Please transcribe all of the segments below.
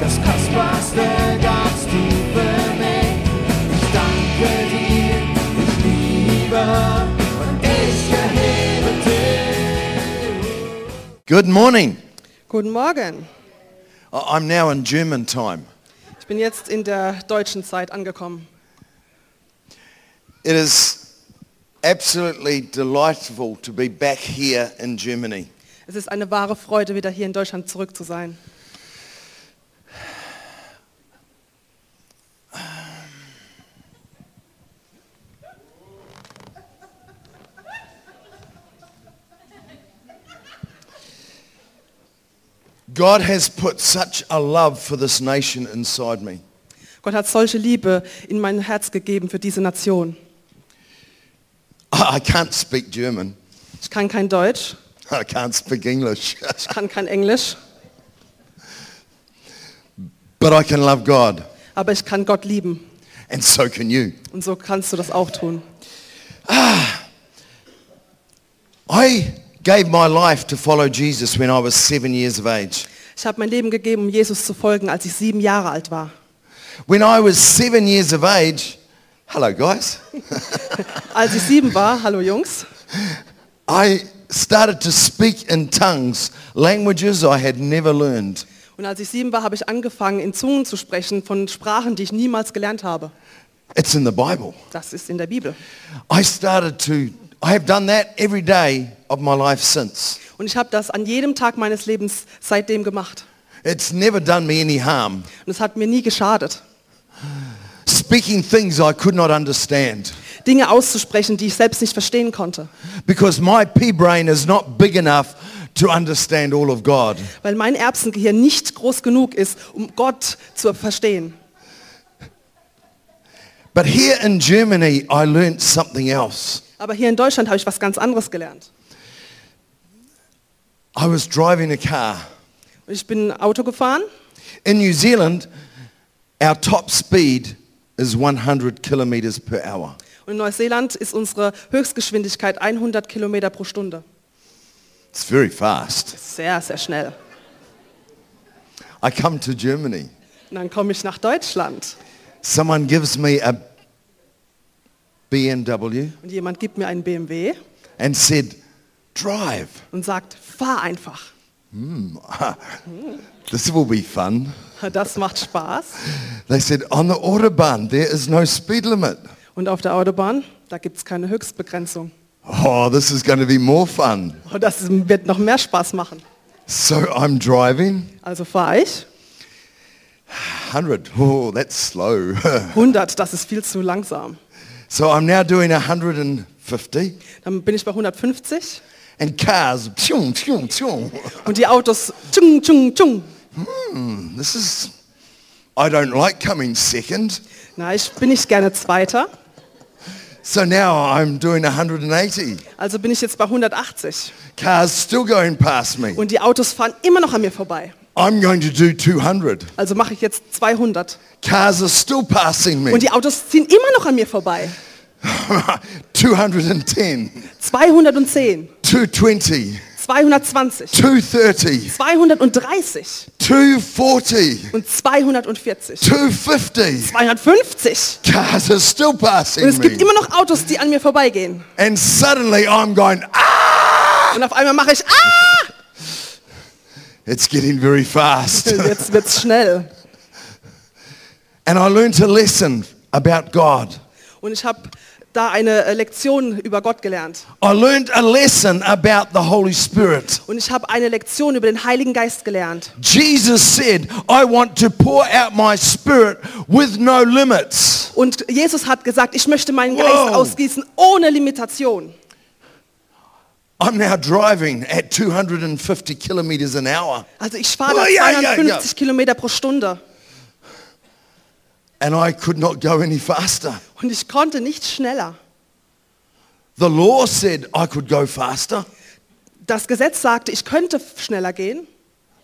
Das Kostbarste gabst du für mich. Ich danke dir, ich liebe und ich erhebe dich. Good morning. Guten Morgen. I- I'm now in German time. Ich bin jetzt in der deutschen Zeit angekommen. It is absolutely delightful to be back here in Germany. Es ist eine wahre Freude, wieder hier in Deutschland zurück zu sein. God has put such a love for this nation inside me. Gott hat solche Liebe in mein Herz gegeben für diese Nation. I I can't speak German. Ich kann kein Deutsch, I can't speak English. ich kann kein Englisch, but I can love God. aber ich kann Gott lieben. And so can you. Und so kannst du das auch tun. I gave my life to follow Jesus when I was seven years of age. Ich habe mein Leben gegeben, um Jesus zu folgen, als ich sieben Jahre alt war. When I was seven years of age, hello guys. Als ich sieben war, hallo Jungs, I started to speak in tongues, languages I had never learned. und als ich sieben war, habe ich angefangen, in Zungen zu sprechen von Sprachen, die ich niemals gelernt habe. It's in the Bible. Das ist in der Bibel. I started to, I have done that every day of my life since. Und ich habe das an jedem Tag meines Lebens seitdem gemacht. It's never done me any harm. Und es hat mir nie geschadet, Speaking things I could not understand Dinge auszusprechen, die ich selbst nicht verstehen konnte. because my pea brain is not big enough to understand all of God. Weil mein Erbsengehirn nicht groß genug ist, um Gott zu verstehen. But here in Germany, I learnt something else. Aber hier in Deutschland habe ich was ganz anderes gelernt. I was driving a car. Und ich bin Auto gefahren. In New Zealand, our top speed is 100 kilometers per hour. Und in Neuseeland ist unsere Höchstgeschwindigkeit 100 Kilometer pro Stunde. It's very fast. Sehr, sehr schnell. I come to Germany. Und dann komme ich nach Deutschland Someone gives me a BMW und jemand gibt mir einen BMW and said, drive. und sagt, fahr einfach. This will be fun. Das macht Spaß. They said, on the Autobahn, there is no speed limit. Und auf der Autobahn, da gibt es keine Höchstbegrenzung. Oh, this is going to be more fun. Und das wird noch mehr Spaß machen. So I'm driving. Also fahre ich 100. Oh, that's slow. 100, das ist viel zu langsam. so I'm now doing 150. Dann bin ich bei 150 And cars, pshung, pshung, pshung. und die Autos, tschung, tschung, tschung. This is, I don't like coming second. Na, ich bin nicht gerne Zweiter, So now I'm doing 180. also bin ich jetzt bei 180. Cars still going past me. Und die Autos fahren immer noch an mir vorbei. I'm going to do 200. Also mache ich jetzt 200. Cars are still passing me. Und die Autos ziehen immer noch an mir vorbei. 210, 210, 220, 220, 230, 230 240, und 240, 250. 250. Cars are still Und es passing gibt me. immer noch Autos, die an mir vorbeigehen. And suddenly I'm going, ah! Und auf einmal mache ich, ah! It's getting very fast. Jetzt wird's schnell. and I learned a lesson about God. Und ich habe da eine äh, Lektion über Gott gelernt. I learned a lesson about the Holy Spirit. Und ich habe eine Lektion über den Heiligen Geist gelernt. Jesus said, I want to pour out my spirit with no limits. Und Jesus hat gesagt, ich möchte meinen Wow. Geist ausgießen ohne Limitation. I'm now driving at 250 kilometers an hour Also ich fahre da Oh, ja, ja, 250 ja. Kilometer pro Stunde and I could not go any faster. und ich konnte nicht schneller. The law said I could go faster, Das Gesetz sagte, ich könnte f- schneller gehen.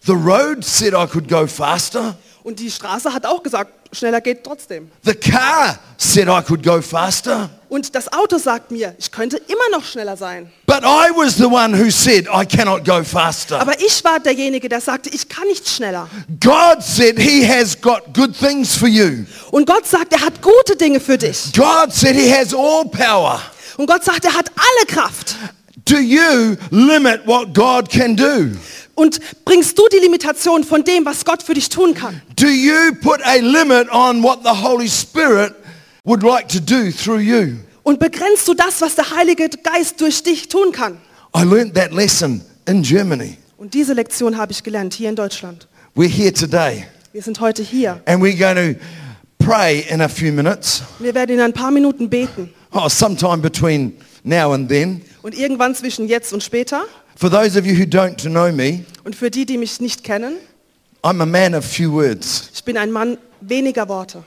The road said I could go faster. Und die Straße hat auch gesagt, schneller geht trotzdem. The car said I could go faster. Und das Auto sagt mir, ich könnte immer noch schneller sein. But I was the one who said I cannot go faster. Aber ich war derjenige, der sagte, ich kann nicht schneller. God said he has got good things for you. Und Gott sagt, er hat gute Dinge für dich. God said he has all power. Und Gott sagt, er hat alle Kraft. Do you limit what God can do? Und bringst du die Limitation von dem, was Gott für dich tun kann? Do you put a limit on what the Holy Spirit would like to do through you? Und begrenzt du das, was der Heilige Geist durch dich tun kann? I learnt that lesson in Germany. Und diese Lektion habe ich gelernt hier in Deutschland. We're here today Wir sind heute hier. and we're going to pray in a few minutes, Wir werden in ein paar Minuten beten. oh, sometime between now and then. Und irgendwann zwischen jetzt und später. For those of you who don't know me, Und für die, die mich nicht kennen, I'm a man of few words. ich bin ein Mann weniger Worte.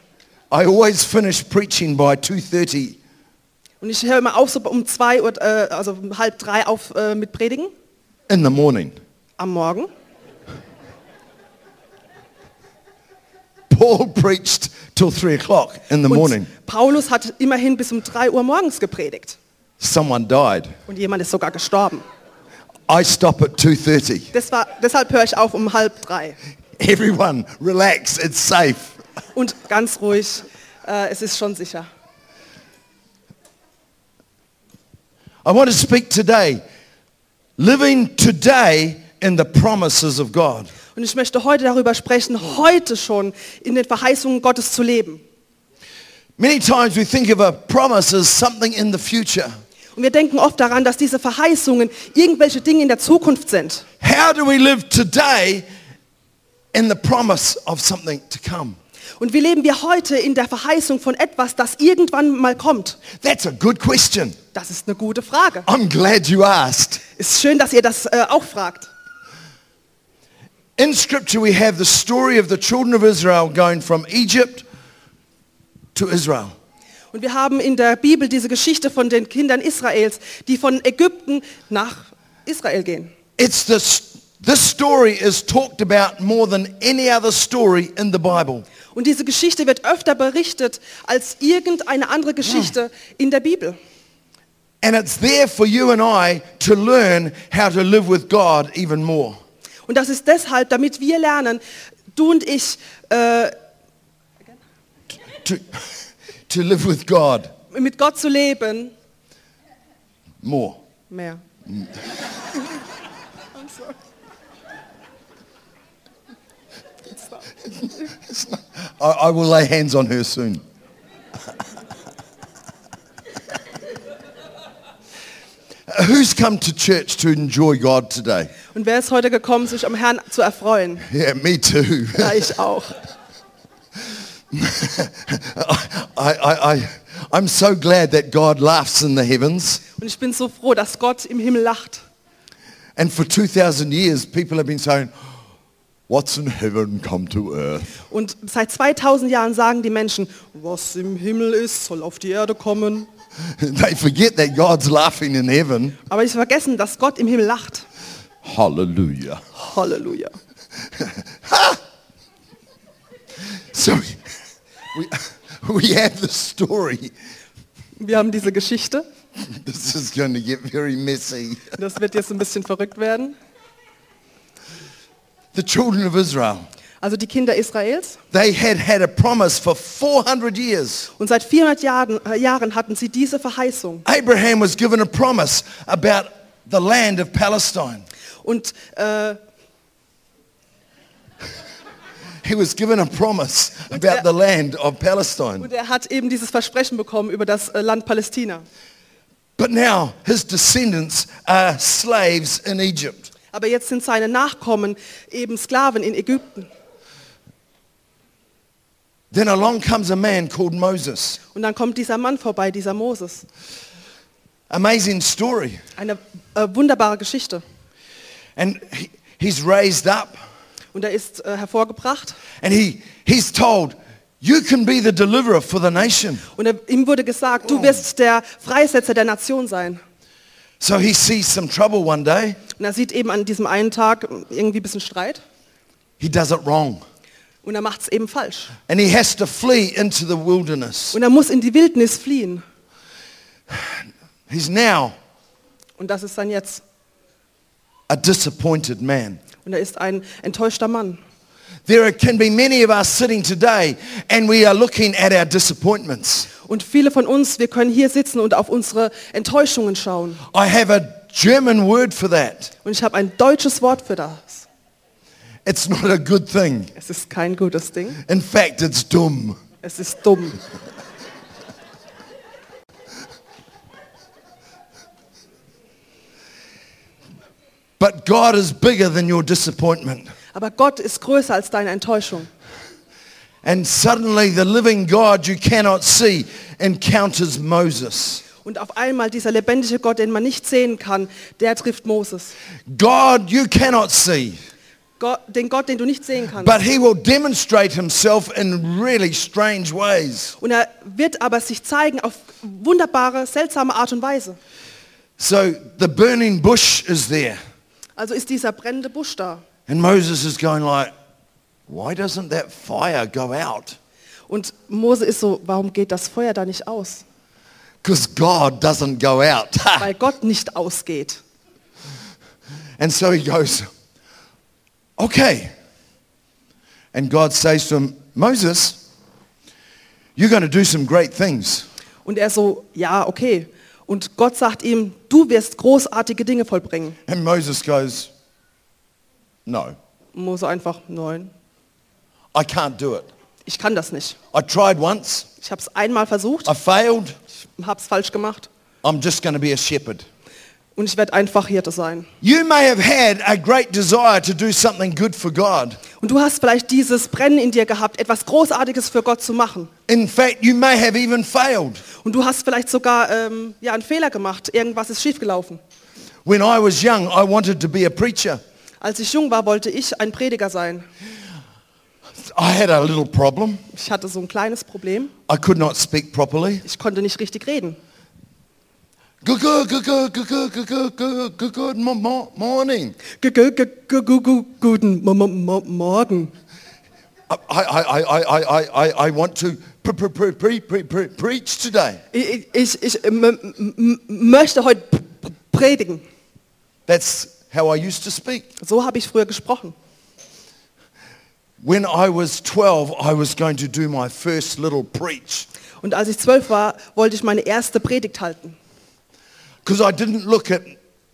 I always finish preaching by 2.30. Und ich höre immer auf, so um zwei Uhr, äh, also um halb drei auf äh, mit Predigen in the morning. am Morgen. Paul preached till three o'clock in the morning. Und Paulus hat immerhin bis um drei Uhr morgens gepredigt. Someone died. Und jemand ist sogar gestorben. I stop at 2.30. Das war, deshalb höre ich auf um halb drei. Everyone, relax, it's safe. Und ganz ruhig, äh, es ist schon sicher. I want to speak today, living today in the promises of God. Und ich möchte heute darüber sprechen, heute schon in den Verheißungen Gottes zu leben. Many times we think of a promise as something in the future. Und wir denken oft daran, dass diese Verheißungen irgendwelche Dinge in der Zukunft sind. How do we live today in the promise of something to come? Und wie leben wir heute in der Verheißung von etwas, das irgendwann mal kommt? That's a good question. Das ist eine gute Frage. I'm glad you asked. Ist schön, dass ihr das äh, auch fragt. In Scripture, we have the story of the children of Israel going from Egypt to Israel. Und wir haben in der Bibel diese Geschichte von den Kindern Israels, die von Ägypten nach Israel gehen. It's this, this story is talked about more than any other story in the Bible. Und diese Geschichte wird öfter berichtet als irgendeine andere Geschichte in der Bibel. And it's there for you and I to learn how to live with God even more. Und das ist deshalb, damit wir lernen, du und ich, äh, To, to live with God mit Gott zu leben. more. Mehr. I, I will lay hands on her soon. Who's come to church to enjoy God today? Und wer ist heute gekommen, sich am Herrn zu erfreuen? Yeah, me too. Ja, ich auch. I, I, I, I'm so glad that God laughs in the heavens. Und ich bin so froh, dass Gott im Himmel lacht. And for 2,000 years, people have been saying, what's in heaven come to earth? Und seit 2000 Jahren sagen die Menschen, was im Himmel ist, soll auf die Erde kommen. They forget that God's laughing in heaven. Aber ich vergessen, dass Gott im Himmel lacht. Hallelujah. Halleluja. So we, we have the story. Wir haben diese Geschichte. This is going to get very messy. Das wird jetzt ein bisschen verrückt werden. The children of Israel, Also die Kinder Israels. they had had a promise for 400 years. Und seit 400 Jahren, äh, Jahren hatten sie diese Verheißung. Abraham was given a promise about the land of Palestine. Und äh, He was given a promise about the land of Palestine. Und er hat eben dieses Versprechen bekommen über das äh, Land Palästina. But now his descendants are slaves in Egypt. Aber jetzt sind seine Nachkommen eben Sklaven in Ägypten. Then along comes a man called Moses. Und dann kommt dieser Mann vorbei, dieser Moses. Amazing story. Eine äh, wunderbare Geschichte. And he, he's raised up Und er ist äh, hervorgebracht. and he, he's told, you can be the deliverer for the nation. Und er, ihm wurde gesagt, du wirst der Freisetzer der Nation sein. So he sees some trouble one day Und er sieht eben an diesem einen Tag irgendwie ein bisschen Streit He does it wrong. und er macht es eben falsch. And he has to flee into the wilderness. Und er muss in die Wildnis fliehen. He's now Und das ist dann jetzt. a disappointed man. Und er ist ein enttäuschter Mann. There can be many of us sitting today and we are looking at our disappointments. Und viele von uns, wir können hier sitzen und auf unsere Enttäuschungen schauen. I have a German word for that. Und ich habe ein deutsches Wort für das. It's not a good thing. Es ist kein gutes Ding. In fact, it's dumb. Es ist dumm. But God is bigger than your disappointment. Aber Gott ist größer als deine Enttäuschung. And suddenly the living God you cannot see encounters Moses. Und auf einmal dieser lebendige Gott, den man nicht sehen kann, der trifft Moses. God you cannot see, Gott, den Gott, den du nicht sehen kannst. but he will demonstrate himself in really strange ways. Und er wird aber sich zeigen auf wunderbare, seltsame Art und Weise. So the burning bush is there. Also ist dieser brennende Busch da. And Moses is going like, why doesn't that fire go out? Und Mose ist so, warum geht das Feuer da nicht aus? Because God doesn't go out. Weil Gott nicht ausgeht. and so he goes, okay. And God says to him, Moses, you're going to do some great things. Und er so, ja, okay. Und Gott sagt ihm, du wirst großartige Dinge vollbringen. And Moses goes, no, Und Mose einfach, nein, I can't do it. ich kann das nicht. I tried once. Ich habe es einmal versucht, I failed. habe es falsch gemacht I'm just going to be a shepherd. und ich werde einfach Hirte sein. You may have had a great desire to do something good for God. Und du hast vielleicht dieses Brennen in dir gehabt, etwas Großartiges für Gott zu machen. In fact, you may have even failed. Und du hast vielleicht sogar ähm, ja, einen Fehler gemacht, irgendwas ist schiefgelaufen. When I was young, I wanted to be a preacher. Als ich jung war, wollte ich ein Prediger sein. I had a little problem. Ich hatte so ein kleines Problem, I could not speak properly. ich konnte nicht richtig reden. Good, good, good, good, good, good, good, good, good, good, good mo- mo- morning. G -g -g -g -g -g Guten Mo- Mo- Mo- Morgen. I, I, I, I, I, I, I- I want to pre- pre- pre- pre- pre- pre- preach today. Ich, ich, ich ähm, m- m- möchte heute p- p- predigen. That's how I used to speak. So habe ich früher gesprochen. When I was 12, I was going to do my first little preach Und als ich zwölf war, wollte ich meine erste Predigt halten, because I didn't look at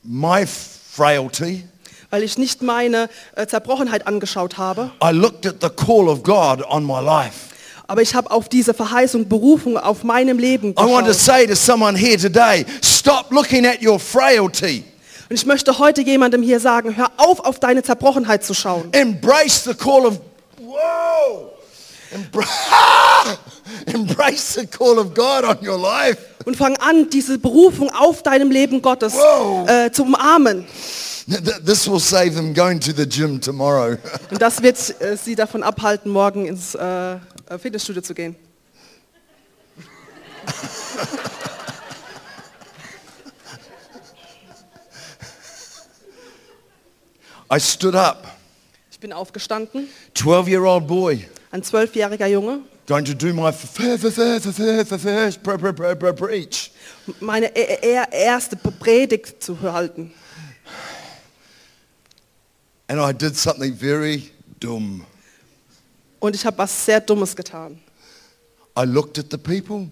my frailty. weil ich nicht meine äh, Zerbrochenheit angeschaut habe, I looked at the call of God on my life. aber ich habe auf diese Verheißung, Berufung auf meinem Leben I want to geschaut. say to someone here today, stop looking at your frailty. Und ich möchte heute jemandem hier sagen, hör auf, auf deine Zerbrochenheit zu schauen. Embrace the call of, whoa, Embra- embrace the call of God on your life. Und fang an, diese Berufung auf deinem Leben Gottes Wow. äh, zu umarmen. Th- th- This will save them going to the gym tomorrow. Und das wird äh, sie davon abhalten, morgen ins äh, äh, Fitnessstudio zu gehen. I stood up, Ich bin aufgestanden, 12-year-old boy, ein zwölfjähriger Junge. going to do my f- f- f- f- f- f- f- first pre- pre- pre- pre- preach. meine e- e- erste Predigt zu halten. And I did something very dumb. Und ich habe was sehr Dummes getan. I looked at the people.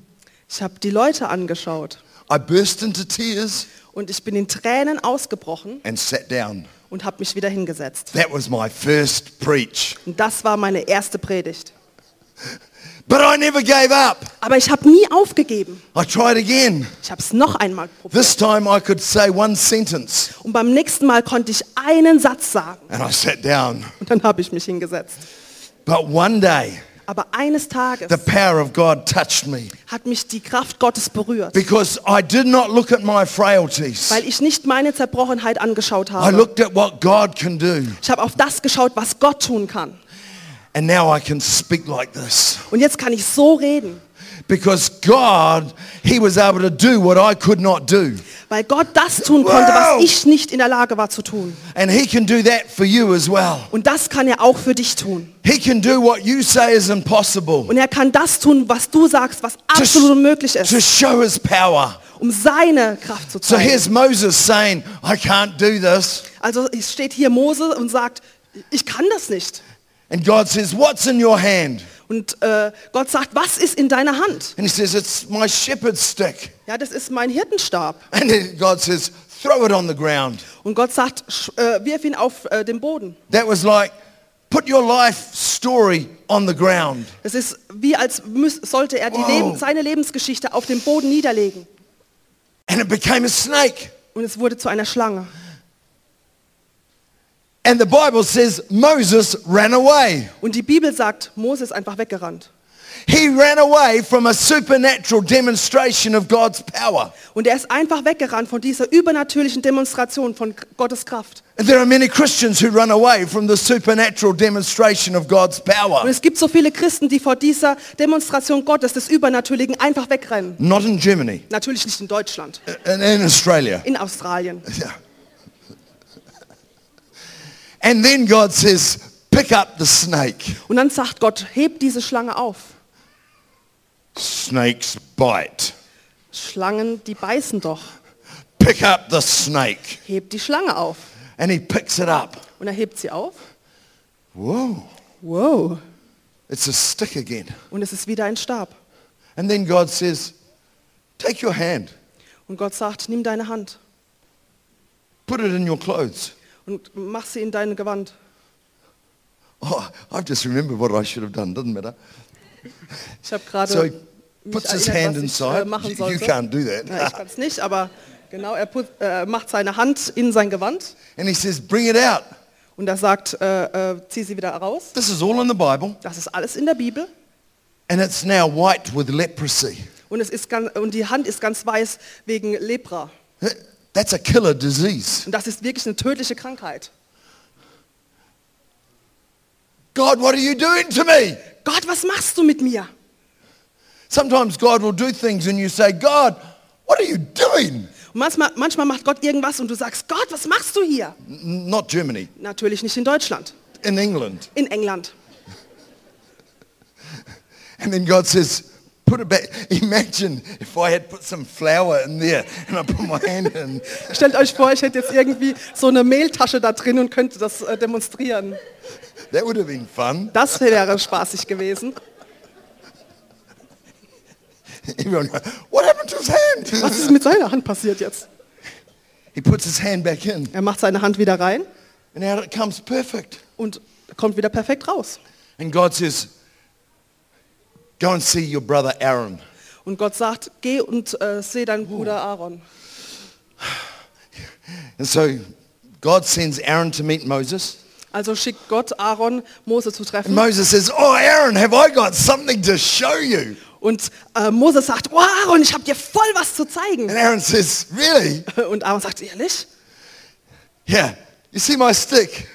Ich habe die Leute angeschaut I burst into tears und ich bin in Tränen ausgebrochen and sat down. und habe mich wieder hingesetzt. That was my first preach. Und das war meine erste Predigt. But I never gave up. Aber ich habe nie aufgegeben. I tried again. Ich habe es noch einmal probiert. This time I could say one sentence Und beim nächsten Mal konnte ich einen Satz sagen. and I sat down. Und dann habe ich mich hingesetzt. But one day Aber eines Tages the power of God touched me hat mich die Kraft Gottes berührt, because I did not look at my frailties. weil ich nicht meine Zerbrochenheit angeschaut I habe. looked at what God can do. Ich habe auf das geschaut, was Gott tun kann. And now I can speak like this Und jetzt kann ich so reden. because God, he was able to do what I could not do. weil Gott das tun konnte, Wow. was ich nicht in der Lage war zu tun. And he can do that for you as well. Und das kann er auch für dich tun. He can do what you say is impossible Und er kann das tun, was du sagst, was absolut unmöglich to ist, show his power. um seine Kraft zu So zeigen. here's Moses saying, I can't do this. Also es steht hier Mose und sagt, ich kann das nicht. And God says, what's in your hand? Und äh, Gott sagt, was ist in deiner Hand? And he says, it's my shepherd's stick. Ja, das ist mein Hirtenstab. And then God says, throw it on the ground. Und Gott sagt, sch- äh, wirf ihn auf äh, den Boden. That was like, put your life story on the ground. Es ist wie als müß, sollte er die Wow. Leben, seine Lebensgeschichte auf den Boden niederlegen. And it became a snake. Und es wurde zu einer Schlange. And the Bible says Moses ran away. Und die Bibel sagt, Mose ist einfach weggerannt. He ran away from a supernatural demonstration of God's power. Und er ist einfach weggerannt von dieser übernatürlichen Demonstration von K- Gottes Kraft. And there are many Christians who run away from the supernatural demonstration of God's Und power. es gibt so viele Christen, die vor dieser Demonstration Gottes, des Übernatürlichen, einfach wegrennen. Not in Germany, Natürlich nicht in Deutschland, in, in Australia. in Australien. Yeah. And then God says, pick up the snake. Und dann sagt Gott, heb diese Schlange auf. Snakes bite. Schlangen, die beißen doch. Pick up the snake. Heb die Schlange auf. And he picks it up. Und er hebt sie auf. Whoa, Wow. it's a stick again. Und es ist wieder ein Stab. And then God says, take your hand, Und Gott sagt, nimm deine Hand put it in your clothes. und mach sie in dein Gewand. Oh, I've just remembered what I should have done, doesn't matter. Ich habe gerade So he mich puts his hand erinnert, was ich, inside. äh, machen You sollte. can't do that. Ja, ich kann es nicht, aber genau, er put, äh, macht seine Hand in sein Gewand And he says, bring it out. und er sagt, äh, äh, zieh sie wieder raus. This is all in the Bible. Das ist alles in der Bibel And it's now white with leprosy. und, es ist ganz, und die Hand ist ganz weiß wegen Lepra. That's a killer disease. Und das ist wirklich eine tödliche Krankheit. God, what are you doing to me? Gott, was machst du mit mir? Sometimes God will do things and you say, God, what are you doing? Und manchmal, manchmal macht Gott irgendwas und du sagst, Gott, was machst du hier? N- Not Germany, Natürlich nicht in Deutschland, in England. in England. And then God says, put it back. Imagine if I had put some flour in there and I put my hand in. Stellt euch vor, ich hätte jetzt irgendwie so eine Mehltasche da drin und könnte das äh, demonstrieren. That would have been fun. Das wäre spaßig gewesen. Everyone, what happened to his hand? Was ist mit seiner Hand passiert jetzt? He puts his hand back in Er macht seine Hand wieder rein and out it comes perfect. und kommt wieder perfekt raus. And God says, go and see your brother Aaron. Und Gott sagt, geh und äh, seh deinen Bruder Aaron. And so God sends Aaron to meet Moses. Also schickt Gott Aaron, Mose zu And treffen. Moses says, oh, Aaron, have I got something to show you? Und äh, Mose sagt, wow, Aaron, ich habe dir voll was zu zeigen. And Aaron says, really? Und Aaron sagt, ehrlich? Yeah. You see my stick?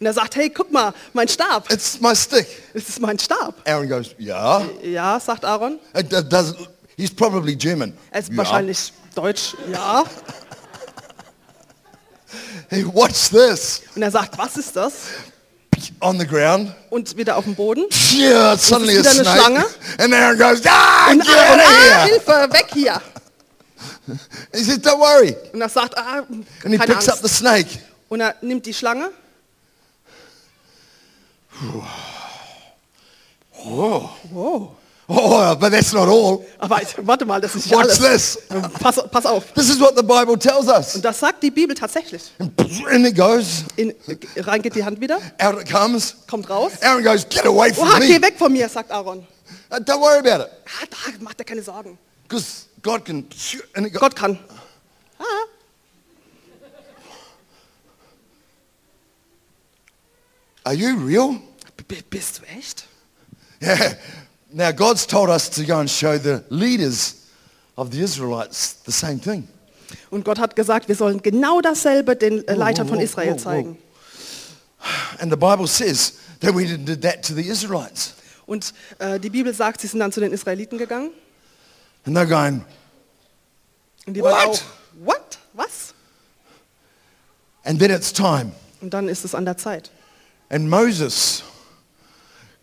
Und er sagt, hey, guck mal, mein Stab. It's my stick. Es ist mein Stab. Aaron goes, yeah. Ja, sagt Aaron. It do- doesn't. He's probably German. Er ist "Yeah." wahrscheinlich deutsch. Ja. Hey, watch this. Und er sagt, was ist das? On the ground. Und wieder auf dem Boden. Yeah, it's suddenly a wieder eine snake. Schlange? And Aaron goes, ah, Und get Aaron, ah, out of here. Hilfe, weg hier. He says, don't worry. Und er sagt, ah, And he keine picks up the Angst. snake. Und er nimmt die Schlange Oh, but that's not all. Aber ich- warte mal, das ist nicht Watch alles. this. Pass, pass auf. This is what the Bible tells us. Und das sagt die Bibel tatsächlich. And it goes, In, rein geht die Hand wieder, out it comes. kommt raus. Aaron goes, get away from Oha, me. geh weg von mir, sagt Aaron. Uh, Don't worry about it. Ah, da macht er keine Sorgen. Because God can, and it goes, Gott kann. Ah, are you real? b- bist du echt? Yeah. Now God's told us to go and show the leaders of the Israelites the same thing. Und Gott hat gesagt, wir sollen genau dasselbe den äh, Leitern von wow, wow, Israel wow. zeigen. And the Bible says that we did that to the Israelites. Und äh, die Bibel sagt, sie sind dann zu den Israeliten gegangen. And they're going, Und die What? waren auch, what? And then it's time. Und dann ist es an der Zeit. And Moses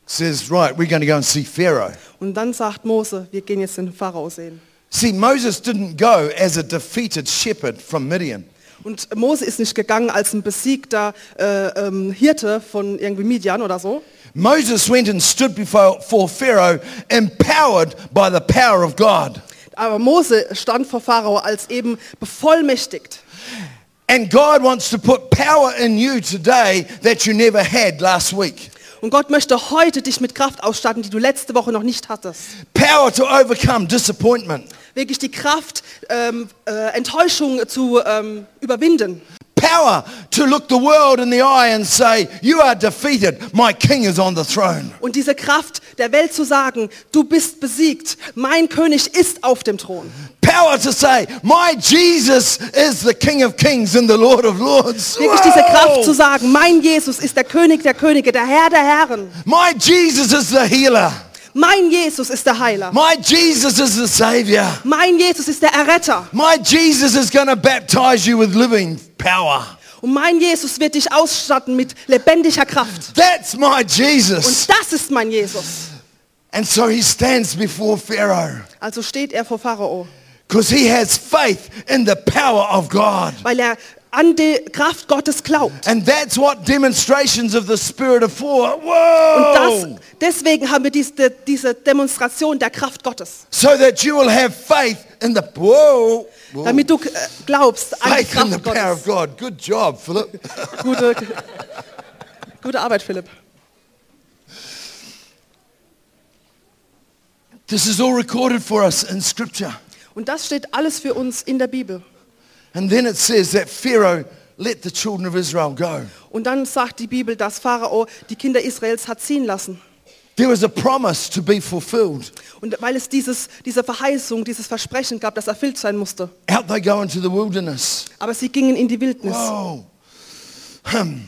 says, right, we're going to go and see Pharaoh. Und dann sagt Mose, wir gehen jetzt den Pharao sehen. See, Moses didn't go as a defeated shepherd from Midian. Und Mose ist nicht gegangen als ein besiegter äh, ähm, Hirte von irgendwie Midian oder so, Moses went and stood before before Pharaoh, empowered by the power of God. aber Mose stand vor Pharao als eben bevollmächtigt. And God wants to put power in you today that you never had last week. Und Gott möchte heute dich mit Kraft ausstatten, die du letzte Woche noch nicht hattest. Power to overcome disappointment. Wirklich die Kraft, ähm, äh, Enttäuschung zu ähm, überwinden. Power to look the world in the eye and say, you are defeated. My king is on the throne. Und diese Kraft der Welt zu sagen, du bist besiegt, mein König ist auf dem Thron. Power to say, my Jesus is the king of kings and the lord of lords. Wirklich diese Kraft zu Whoa! sagen, mein Jesus ist der König der Könige, der Herr der Herren. My Jesus is the healer. Mein Jesus ist der Heiler. My Jesus is the savior. Mein Jesus ist der Erretter. My Jesus is going to baptize you with living power. Und mein Jesus wird dich ausstatten mit lebendiger Kraft. That's my Jesus. Und das ist mein Jesus. And so he stands before Pharaoh Also steht er vor Pharao, because he has faith in the power of God. weil er an die Kraft Gottes glaubt. And that's what demonstrations of the Spirit are for. Und Oh. das, Whoa! deswegen haben wir diese, diese Demonstration der Kraft Gottes. So that you will have faith in the whoa, whoa. Damit du äh, glaubst an die faith in the Kraft power of Gottes. God. Good job, Philip. Gute, gute Arbeit, Philipp. this is all recorded for us in Scripture. Und das steht alles für uns in der Bibel. And then it says that Pharaoh let the children of Israel go. Und dann sagt die Bibel, dass Pharao die Kinder Israels hat ziehen lassen. There was a promise to be fulfilled. Und weil es dieses, diese Verheißung, dieses Versprechen gab, das erfüllt sein musste. Out they go into the wilderness. Aber sie gingen in die Wildnis. Oh. Hmm.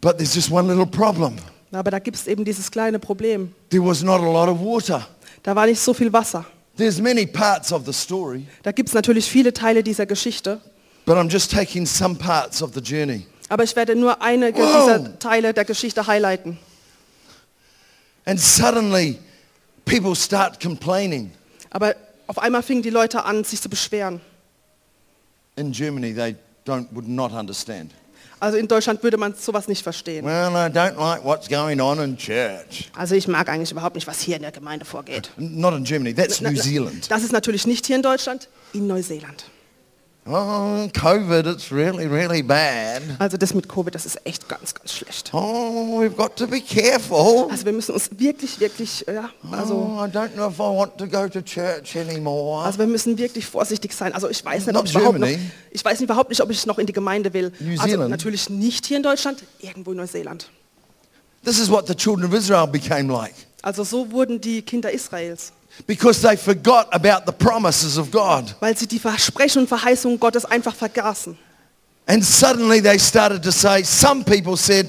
But there's just one little problem. Aber da gibt es eben dieses kleine Problem. There was not a lot of water. Da war nicht so viel Wasser. There's many parts of the story, Da gibt es natürlich viele Teile dieser Geschichte. but I'm just taking some parts of the journey. Aber ich werde nur einige Wow. dieser Teile der Geschichte highlighten. And suddenly people start complaining. Aber auf einmal fingen die Leute an, sich zu beschweren. In Germany they don't would not understand. Also in Deutschland würde man sowas nicht verstehen. Well, I don't like what's going on in church. Also ich mag eigentlich überhaupt nicht, was hier in der Gemeinde vorgeht. Not in Germany, that's New Zealand. Das ist natürlich nicht hier in Deutschland, in Neuseeland. Oh, COVID, it's really, really bad. Also das mit Covid, das ist echt ganz, ganz schlecht. Oh, we've got to be careful. Also wir müssen uns wirklich, wirklich, ja, also, Oh, I don't know if I want to go to church anymore. also wir müssen wirklich vorsichtig sein. Also ich weiß nicht, Not ob ich überhaupt noch, Germany. ich weiß überhaupt nicht, ob ich noch in die Gemeinde will. New Also Zealand. natürlich nicht hier in Deutschland, irgendwo in Neuseeland. This is what the children of Israel became like Also so wurden die Kinder Israels, because they forgot about the promises of God. weil sie die Versprechen und Verheißungen Gottes einfach vergaßen. And suddenly they started to say, some people said,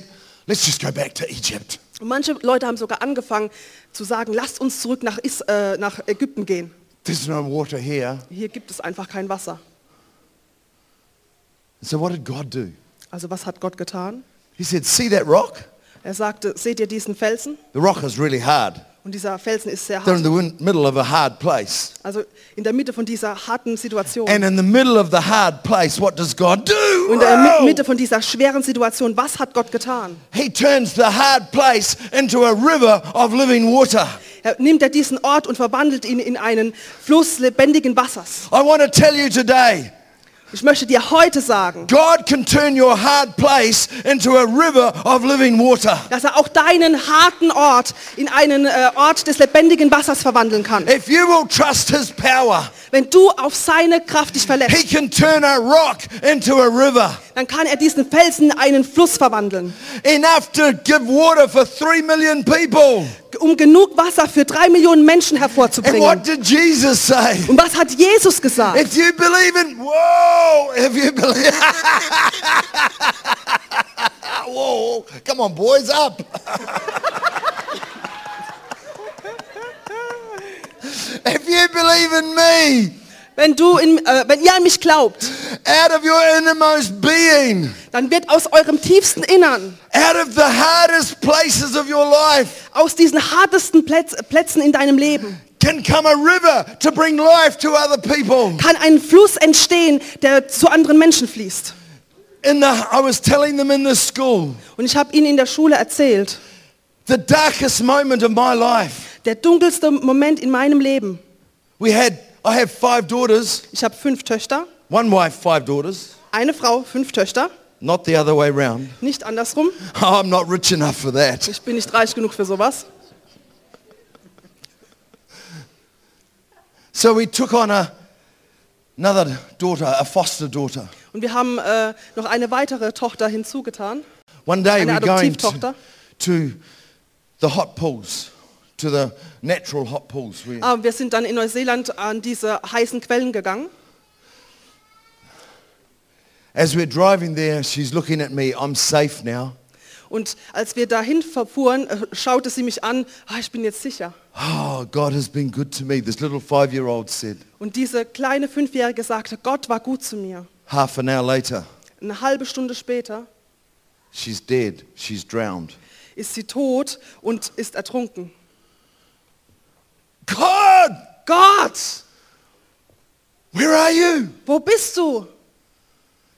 let's just go back to Egypt. Und manche Leute haben sogar angefangen zu sagen, lasst uns zurück nach, Is äh, nach Ägypten gehen. There's no water here. Hier gibt es einfach kein Wasser. So what did God do? Also was hat Gott getan? He said, see that rock? Er sagte, seht ihr diesen Felsen? The rock is really hard. Und dieser Felsen ist sehr They're in hart. the win- middle of a hard place. Also in der Mitte von dieser harten Situation. And in the middle of the hard place, what does God do? Und in der Mi- Whoa! Mitte von dieser schweren Situation, was hat Gott getan? He turns the hard place into a river of living water. Er nimmt er diesen Ort und verwandelt ihn in einen Fluss lebendigen Wassers. I want to tell you today, Ich möchte dir heute sagen, God can turn your hard place into a river of living water. dass er auch deinen harten Ort in einen äh, Ort des lebendigen Wassers verwandeln kann. If you will trust his power, Wenn du auf seine Kraft dich he verlässt, can turn a rock into a river. dann kann er diesen Felsen in einen Fluss verwandeln, Enough to give water for three million people. um genug Wasser für drei Millionen Menschen And what hervorzubringen. did Jesus say? Und was hat Jesus gesagt? If you believe in, whoa, if you believe, whoa, come on boys, up. if you believe in me, wenn, du in, äh, wenn ihr an mich glaubt, out of your innermost being, dann wird aus eurem tiefsten Innern, out of the hardest places of your life, aus diesen hartesten Plätz, Plätzen in deinem Leben, can come a river to bring life to other people. kann ein Fluss entstehen, der zu anderen Menschen fließt. In the, I was telling them in this school, Und ich habe ihnen in der Schule erzählt, the darkest moment of my life, der dunkelste Moment in meinem Leben. we had, I have five daughters, Ich habe fünf Töchter, one wife, five daughters, eine Frau, fünf Töchter, not the other way round. nicht andersrum. Oh, I'm not rich enough for that. Ich bin nicht reich genug für sowas. So we took on a, another daughter, a foster daughter. Und wir haben äh, noch eine weitere Tochter hinzugetan. One day Eine we're going Adoptivtochter. to, to the hot pools, to the natural hot pools. We, Ah, wir sind dann in Neuseeland an diese heißen Quellen gegangen. As we're driving there, she's looking at me. I'm safe now. Und als wir dahin verfuhren, äh, schaute sie mich an, ah, ich bin jetzt sicher. Oh, God has been good to me. This little five-year-old said. Und diese kleine Fünfjährige sagte, Gott war gut zu mir. Half an hour later, Eine halbe Stunde später she's dead. She's drowned. ist sie tot und ist ertrunken. God, Gott, where are you? wo bist du?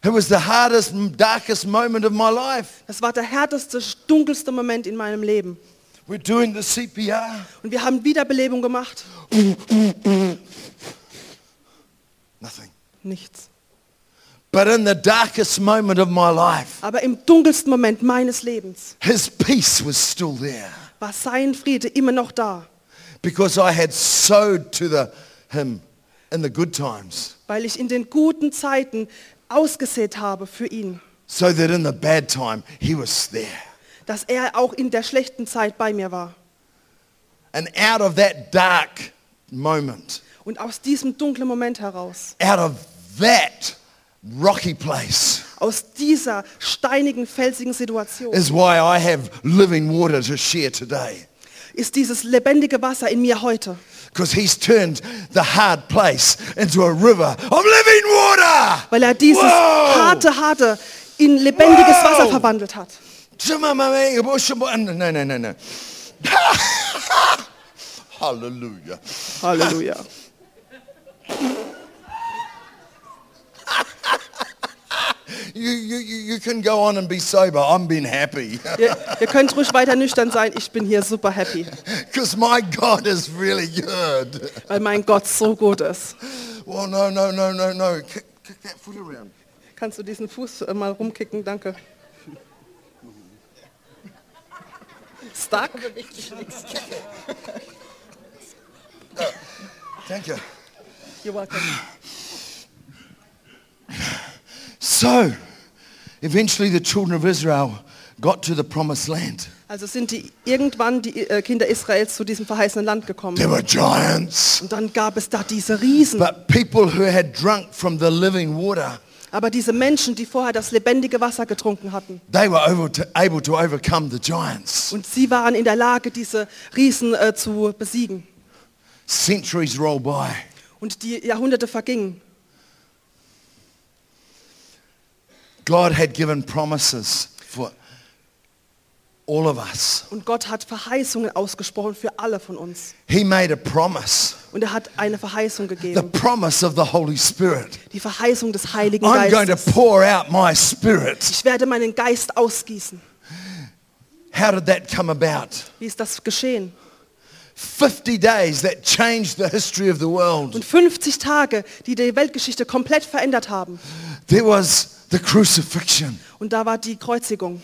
It was the hardest, darkest moment of my life. Das war der härteste, dunkelste Moment in meinem Leben. We're doing the CPR. Und wir haben Wiederbelebung gemacht. Nothing. Nichts. But in the darkest moment of my life, Aber im dunkelsten Moment meines Lebens his peace was still there war sein Friede immer noch da, because I had sowed to the, him in the good times weil ich in den guten Zeiten ausgesät habe für ihn, so that in the bad time, he was there. dass er auch in der schlechten Zeit bei mir war. And out of that dark moment, Und aus diesem dunklen Moment heraus, out of that rocky place aus dieser steinigen, felsigen Situation, is why I have living water to share today. ist dieses lebendige Wasser in mir heute, Because he's turned the hard place into a river of living water. weil er dieses Wow! harte, harte in lebendiges Wow! Wasser verwandelt hat. No, no, no, no. Hallelujah. Halleluja. You, you, you you can go on and be sober. I'm being happy. Ihr, ihr könnt ruhig weiter nüchtern sein, ich bin hier super happy, Because my God is really good. weil mein Gott so gut ist. Well, no, no, no, no, no. Kick, kick that foot around. Kannst du diesen Fuß äh, mal rumkicken? Danke. Stuck? Thank you. You're welcome. So, eventually the children of Israel got to the promised land. Also sind die irgendwann die äh, Kinder Israels zu diesem verheißenen Land gekommen. There were giants. Und dann gab es da diese Riesen. But people who had drunk from the living water, Aber diese Menschen, die vorher das lebendige Wasser getrunken hatten. they were able to, able to overcome the giants. Und sie waren in der Lage, diese Riesen äh, zu besiegen. Centuries roll by. Und die Jahrhunderte vergingen. God had given promises for all of us. Und Gott hat Verheißungen ausgesprochen für alle von uns. He made a promise, Und er hat eine Verheißung the gegeben. promise of the Holy Spirit. Die Verheißung des Heiligen I'm going to Geistes. pour out my spirit. Ich werde meinen Geist ausgießen. How did that come about? Wie ist das geschehen? 50 days that changed the history of the world. Und 50 Tage, die die Weltgeschichte komplett verändert haben. There was the crucifixion. Und da war die Kreuzigung.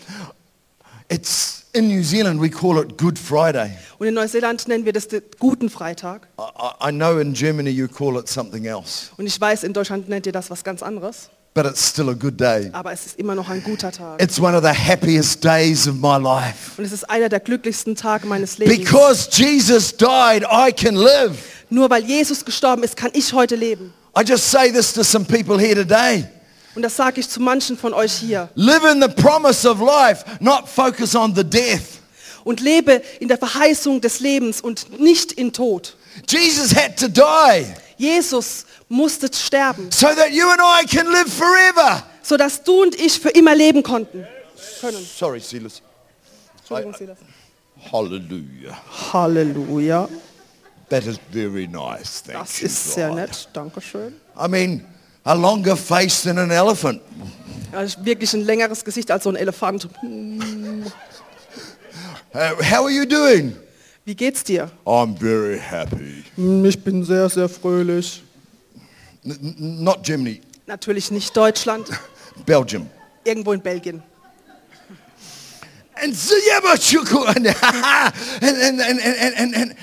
It's in New Zealand we call it Good Friday. Und in Neuseeland nennen wir das den Guten Freitag. I, I- I know in Germany you call it something else, Und ich weiß, in Deutschland nennt ihr das was ganz anderes. but it's still a good day. Aber es ist immer noch ein guter Tag. It's one of the happiest days of my life. Und es ist einer der glücklichsten Tage meines Lebens. Because Jesus died, I can live. Nur weil Jesus gestorben ist, kann ich heute leben. I just say this to some people here today. Und das sage ich zu manchen von euch hier. Live in the promise of life, not focus on the death. Und lebe in der Verheißung des Lebens und nicht in Tod. Jesus had to die. Jesus musste sterben, so that you and I can live forever. sodass du und ich für immer leben konnten. Können. Sorry, Silas. Entschuldigung, Silas. Hallelujah. Halleluja. That is very nice. Thank Das you, ist sehr God. nett. Dankeschön. I mean, a longer face than an elephant. Also wirklich ein längeres Gesicht als so ein Elefant. Uh, how are you doing? Wie geht's dir? I'm very happy. Mm, Ich bin sehr, sehr fröhlich. N- n- not Germany, Natürlich nicht Deutschland, Belgium. irgendwo in Belgien. And so, yeah, but you could- and, and, and, and, and, and, and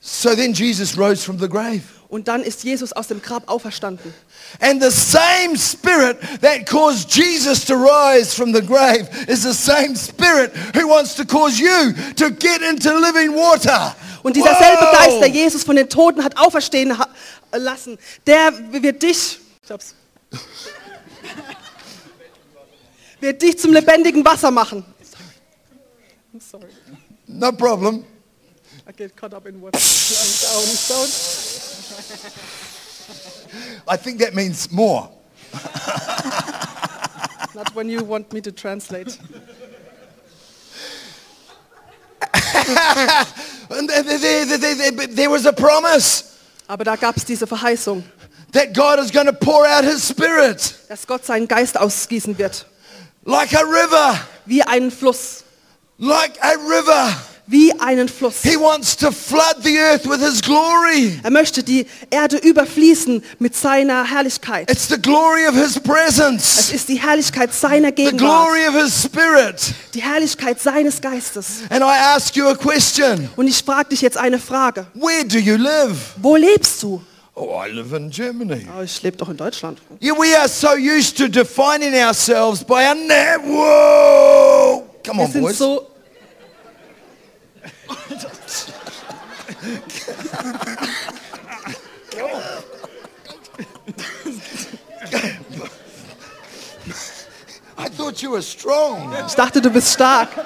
so then Jesus rose from the grave. Und dann ist Jesus aus dem Grab auferstanden. And the same spirit that caused Jesus to rise from the grave is the same spirit who wants to cause you to get into living water. Und dieser selbe Whoa! Geist, der Jesus von den Toten hat auferstehen ha lassen, der wird dich, ich hab's, wird dich zum lebendigen Wasser machen. I'm sorry. No problem. I get caught up in what I'm down, down. I think that means more. Not when you want me to translate. And there, there, there, there, there, but there was a promise Aber da gab es diese Verheißung, that God is going to pour out his spirit dass Gott seinen Geist ausgießen wird. like a river, Wie einen Fluss. like a river. Wie einen Fluss. He wants to flood the earth with his glory. Er möchte die Erde überfließen mit seiner Herrlichkeit. It's the glory of his Es presence, ist die Herrlichkeit seiner the Gegenwart. glory of his spirit. Die Herrlichkeit seines Geistes. And I ask you a question. Und ich frage dich jetzt eine Frage. Where do you live? Wo lebst du? Oh, I live in Germany. Oh, ich lebe doch in Deutschland. Yeah, we are so used to defining ourselves by our net. Whoa! Come Wir on, sind boys. so... I thought you were strong. Ich dachte, du bist stark.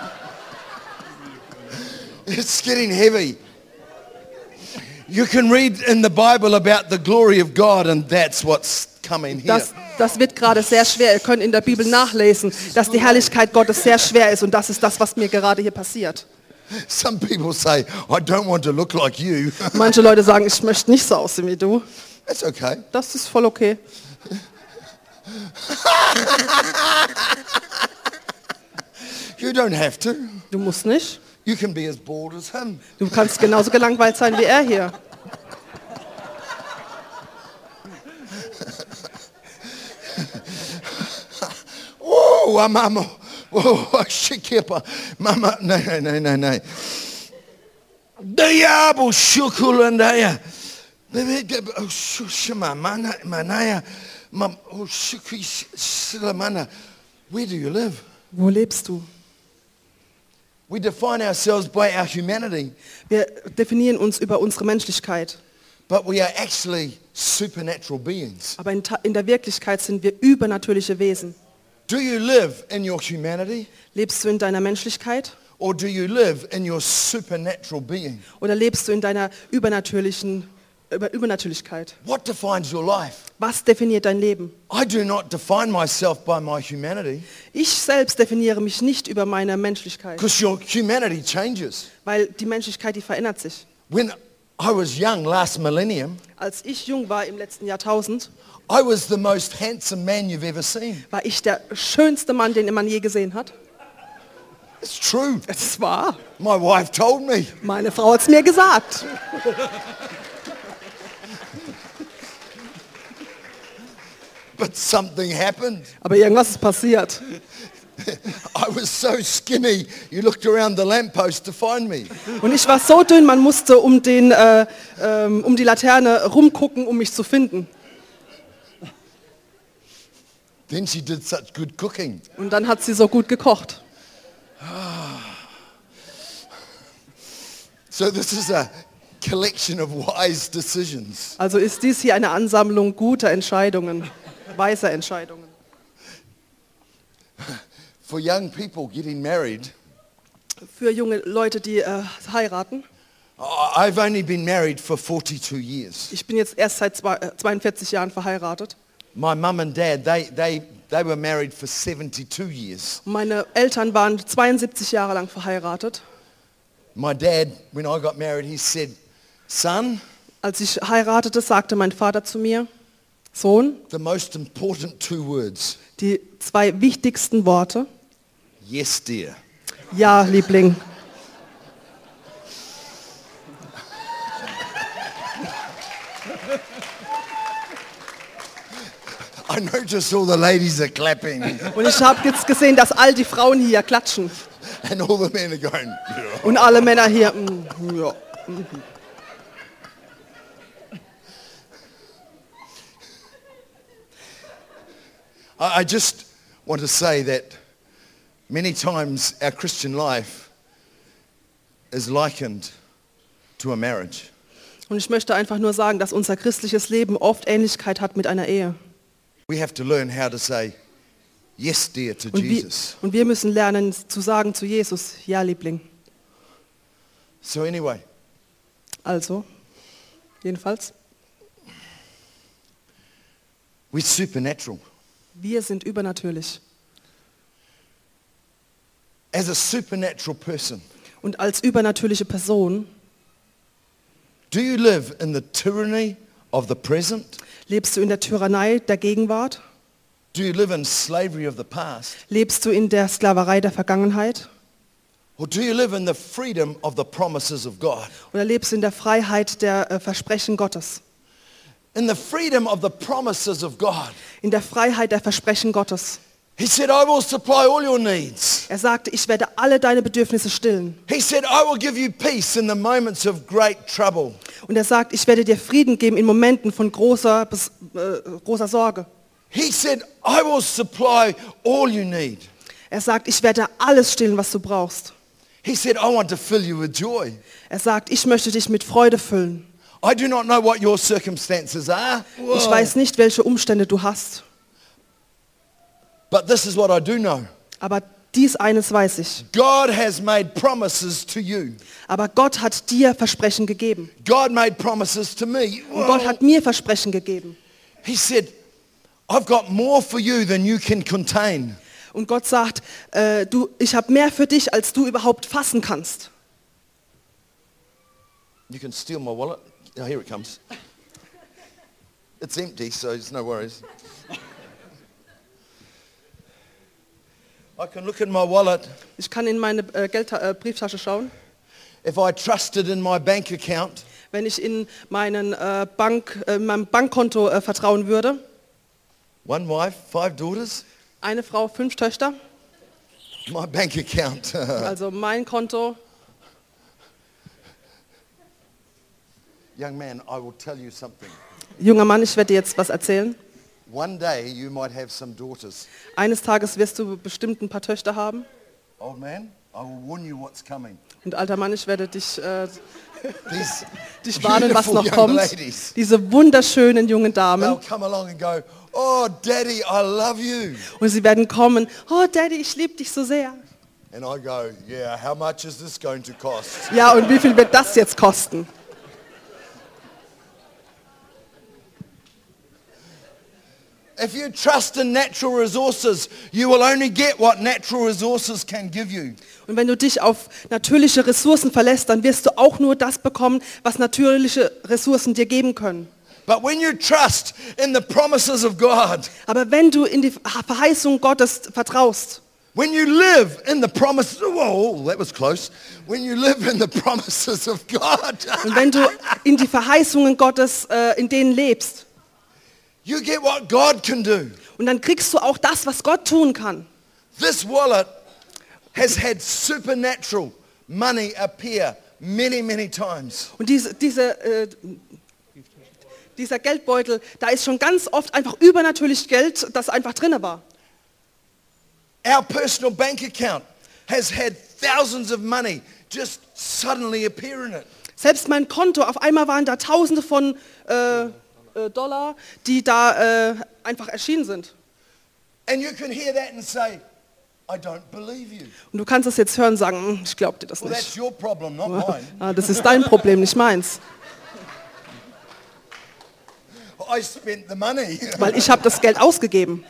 It's getting heavy. You can read in the Bible about the glory of God, and that's what's coming here. Das, das wird gerade sehr schwer. Ihr könnt in der Bibel nachlesen, dass die Herrlichkeit Gottes sehr schwer ist. Und das ist das, was mir gerade hier passiert. Some people say, I don't want to look like you. Manche Leute sagen, ich möchte nicht so aussehen wie du. that's okay. Das ist voll okay. You don't have to. Du musst nicht. You can be as bald as him. Du kannst genauso gelangweilt sein wie er hier. Oh, ah, mama. Oh, ah, shikepa. Mama. No, no, no, no, no. Diabo shukulandaya. Oh, shu- shima mana- manaya. Mam- oh, shiki s- silamana. Where do you live? Wo lebst du? We define ourselves by our humanity, Wir definieren uns über unsere Menschlichkeit. but we are actually supernatural beings. Aber in, Ta- in der Wirklichkeit sind wir übernatürliche Wesen. Do you live in your humanity Lebst du in deiner Menschlichkeit or do you live in your supernatural being? oder lebst du in deiner übernatürlichen über Übernatürlichkeit? What defines your life? Was definiert dein Leben? I do not define myself by my humanity Ich selbst definiere mich nicht über meine Menschlichkeit, because your humanity changes. weil die Menschlichkeit, die verändert sich. When I was young last millennium, Als ich jung war im letzten Jahrtausend, I was the most handsome man you've ever seen. war ich der schönste Mann, den man je gesehen hat. It's true. Es war. My wife told me. Meine Frau hat es mir gesagt. But something happened. Aber irgendwas ist passiert. I was so skinny, you looked around the lamppost to find me. Und ich war so dünn, man musste um, den, äh, ähm, um die Laterne rumgucken, um mich zu finden. Then she did such good cooking. Und dann hat sie so gut gekocht. So this is a collection of wise decisions. Also ist dies hier eine Ansammlung guter Entscheidungen, weiser Entscheidungen. For young people getting married, Für junge Leute, die äh, heiraten. I- I've only been married for 42 years. Ich bin jetzt erst seit zwei- äh, 42 Jahren verheiratet. My mum and dad, they, they, they were married for 72 years. Meine Eltern waren 72 Jahre lang verheiratet. My dad, when I got married, he said, son, Als ich heiratete, sagte mein Vater zu mir, Sohn, the most important two words, die zwei wichtigsten Worte. yes, dear. Ja, Liebling. I noticed all the ladies are clapping Und ich habe jetzt gesehen, dass all die Frauen hier klatschen and all the men are going, "Yeah." und alle Männer hier. mm, ja. I, I just want to say that many times our Christian life is likened to a marriage. Und ich möchte einfach nur sagen, dass unser christliches Leben oft Ähnlichkeit hat mit einer Ehe. We have to learn how to say yes, dear, to Und wir, Jesus. und wir müssen lernen zu sagen zu Jesus, ja, Liebling. So anyway, Also, jedenfalls, we're supernatural. wir sind übernatürlich. As a supernatural person, Und als übernatürliche Person do you live in the tyranny of the present? lebst du in der Tyrannei der Gegenwart, Do you live in slavery of the past? lebst du in der Sklaverei der Vergangenheit Or do you live in the freedom of the promises of God? oder lebst du in der Freiheit der äh, Versprechen Gottes? In the freedom of the promises of God. In der Freiheit der Versprechen Gottes. He said, I will supply all your needs. Er sagte, ich werde alle deine Bedürfnisse stillen. He said, I will give you peace in the moments of great trouble. Und er sagt, ich werde dir Frieden geben in Momenten von großer, Bes- äh, großer Sorge. He said, I will supply all you need. Er sagt, ich werde alles stillen, was du brauchst. He said, I want to fill you with joy. Er sagt, ich möchte dich mit Freude füllen. I do not know what your circumstances are, Ich weiß nicht, welche Umstände du hast, but this is what I do know. aber dies eines weiß ich. God has made promises to you. Aber Gott hat dir Versprechen gegeben. God made promises to me. Und Gott hat mir Versprechen gegeben. He said, I've got more for you than you can contain. Und Gott sagt, äh, du, ich habe mehr für dich, als du überhaupt fassen kannst. You can steal my wallet. Oh, here it comes. It's empty, so it's no worries. I can look in my wallet. Ich kann in meine äh, Geldta äh, Brieftasche schauen. If I trusted in my bank account, Wenn ich in, meinen, äh, Bank, äh, in meinem Bankkonto äh, vertrauen würde, one wife, five daughters, eine Frau, fünf Töchter, my bank account. also mein Konto, Young man, I will tell you something. junger Mann, ich werde dir jetzt was erzählen. One day you might have some daughters. Eines Tages wirst du bestimmt ein paar Töchter haben. Old man, I will warn you what's coming. Und alter Mann, ich werde dich, äh, These dich warnen, was beautiful noch young kommt. Ladies, Diese wunderschönen jungen they'll Damen. come along and go, oh, daddy, I love you. Und sie werden kommen, oh Daddy, ich liebe dich so sehr. And I go, yeah, how much is this going to cost? Ja, und wie viel wird das jetzt kosten? If you trust in natural resources, you will only get what natural resources can give you. Und wenn du dich auf natürliche Ressourcen verlässt, dann wirst du auch nur das bekommen, was natürliche Ressourcen dir geben können. But when you trust in the promises of God, Aber wenn du in die Verheißung Gottes vertraust, when you live in the promises, whoa, that was close. When you live in the promises of God, und wenn du in die Verheißungen Gottes, äh, in denen lebst, you get what God can do. und dann kriegst du auch das, was Gott tun kann. This wallet has had supernatural money appear many, many times. Und diese, diese, äh, dieser Geldbeutel, da ist schon ganz oft einfach übernatürlich Geld, das einfach drinne war. Our personal bank account has had thousands of money just suddenly appear in it. Selbst mein Konto, auf einmal waren da Tausende von äh, äh, Dollar, die da äh, einfach erschienen sind. And you can hear that and say, I don't believe you. Und du kannst das jetzt hören und sagen, "Hm, ich glaube dir das Well, nicht. that's your problem, not mine. Ah, das ist dein Problem, nicht meins. I spent the money. Weil ich habe das Geld ausgegeben.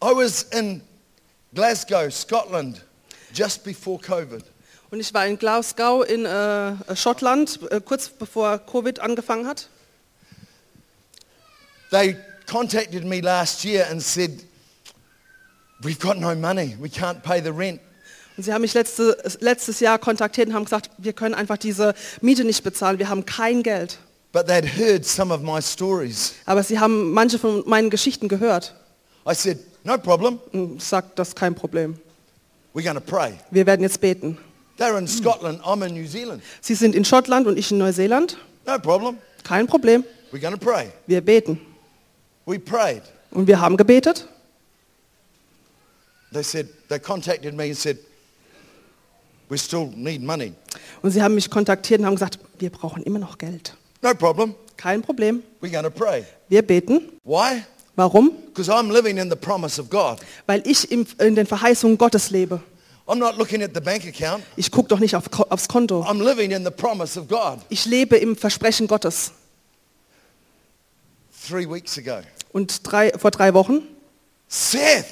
I was in Glasgow, Scotland, just before COVID. Und ich war in Glasgow in äh, Schottland, äh, kurz bevor Covid angefangen hat. They contacted me last year and said, we've got no money. We can't pay the rent. Und sie haben mich letzte, letztes Jahr kontaktiert und haben gesagt, wir können einfach diese Miete nicht bezahlen, wir haben kein Geld. But they'd heard some of my stories. Aber sie haben manche von meinen Geschichten gehört. I said, no problem. Und Ich sage, das ist kein Problem. We're going to pray. Wir werden jetzt beten. They're in Scotland. I'm in New Zealand. Sie sind in Schottland und ich in Neuseeland. No problem. Kein Problem. We're going to pray. Wir beten. We prayed. Und wir haben gebetet. They said, they contacted me and said, we still need money. Und sie haben mich kontaktiert und haben gesagt, wir brauchen immer noch Geld. No problem. Kein Problem. We're going to pray. Wir beten. Why? Warum? Because I'm living in the promise of God. Weil ich im, in den Verheißungen Gottes lebe. I'm not looking at the bank account. Ich gucke doch nicht auf, Ko- aufs Konto. I'm living in the promise of God. Ich lebe im Versprechen Gottes. Three weeks ago, Und drei, vor drei Wochen, Seth,